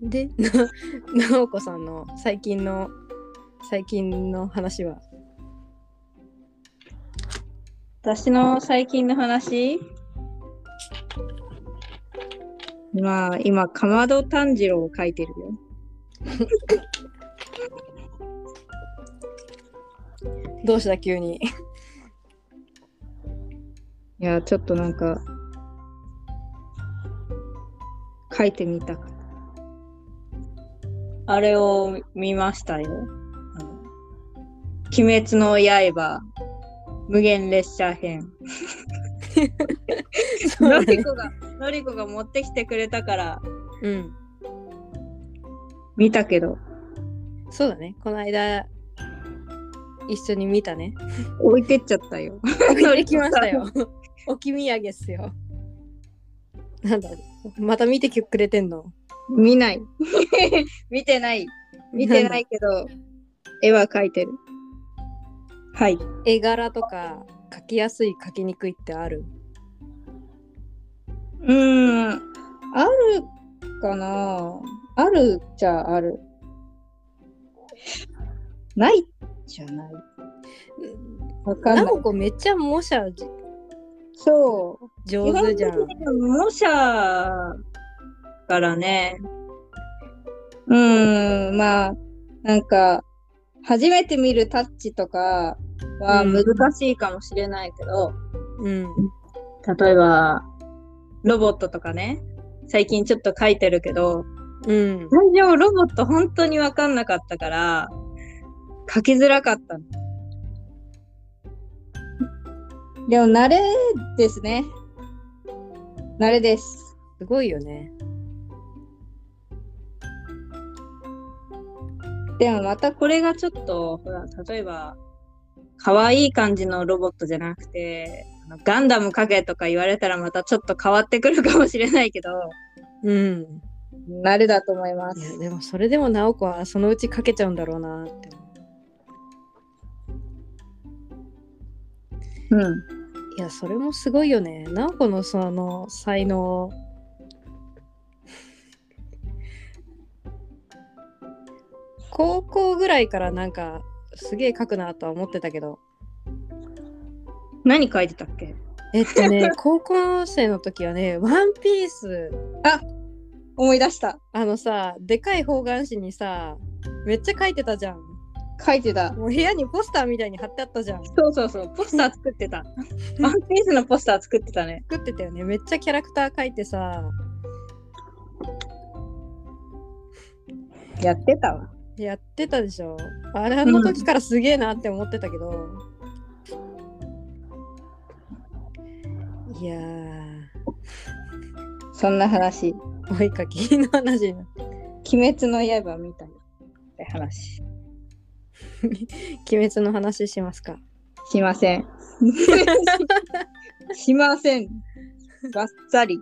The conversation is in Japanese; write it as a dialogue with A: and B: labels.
A: で、な、な おこさんの最近の、最近の話は。
B: 私の最近の話まあ今かまど炭治郎を書いてるよ。
A: どうした急に。
B: いやちょっとなんか書いてみた。あれを見ましたよ。あの鬼滅の刃無限列車編。
A: そうだ
B: の
A: ね
B: りこが、のりこが持ってきてくれたから
A: うん。
B: 見たけど、
A: そうだね。この間、一緒に見たね。
B: 置いてっちゃったよ。
A: 乗りきましたよ。置き土産っすよ。なんだ、また見てくれてんの
B: 見ない。 見てない。見てないけど、絵は描いてる。はい。
A: なんだ絵柄とか、描きやすい、描きにくいってある。
B: うーん。あるかなあるっちゃある。ないじゃない。わかん
A: な
B: ない
A: お。こめっちゃ模写じ
B: そう。
A: 上手じゃ
B: 基本
A: ん。
B: 的に模写からね。うーん、まあ、なんか、初めて見るタッチとかは
A: うん
B: 難しいかもしれないけど、
A: うん。
B: 例えば、ロボットとかね、最近ちょっと書いてるけど、
A: うん。
B: 最初ロボット本当にわかんなかったから、書きづらかったの。でも慣れですね。慣れです。
A: すごいよね。
B: でもまたこれがちょっと、ほら、例えば、可愛い感じのロボットじゃなくて、あのガンダムかけとか言われたらまたちょっと変わってくるかもしれないけど、
A: うん。
B: 慣れだと思いま
A: いや、
B: す。
A: でもそれでもなおこはそのうち描けちゃうんだろうなって。
B: うん。
A: いや、それもすごいよね。なおこのその才能。高校ぐらいからなんかすげえ書くなとは思ってたけど
B: 何書いてたっけ
A: えっとね高校生の時はね「ワンピース
B: 思い出した。
A: あのさでかい方眼紙にさめっちゃ書いてたじゃん
B: 書いてた。
A: もう部屋にポスターみたいに貼ってあったじゃん
B: そうそうそう、ポスター作ってた。ワンピースのポスター作ってたね。
A: 作ってたよねめっちゃキャラクター書いてさ
B: やってたわ。
A: やってたでしょあれあの時からすげえなって思ってたけど、いやー
B: そんな話。
A: お絵かきの話になって
B: 鬼滅の刃みたいなって話。
A: 鬼滅の話しますか
B: しません。しません。ばっさり。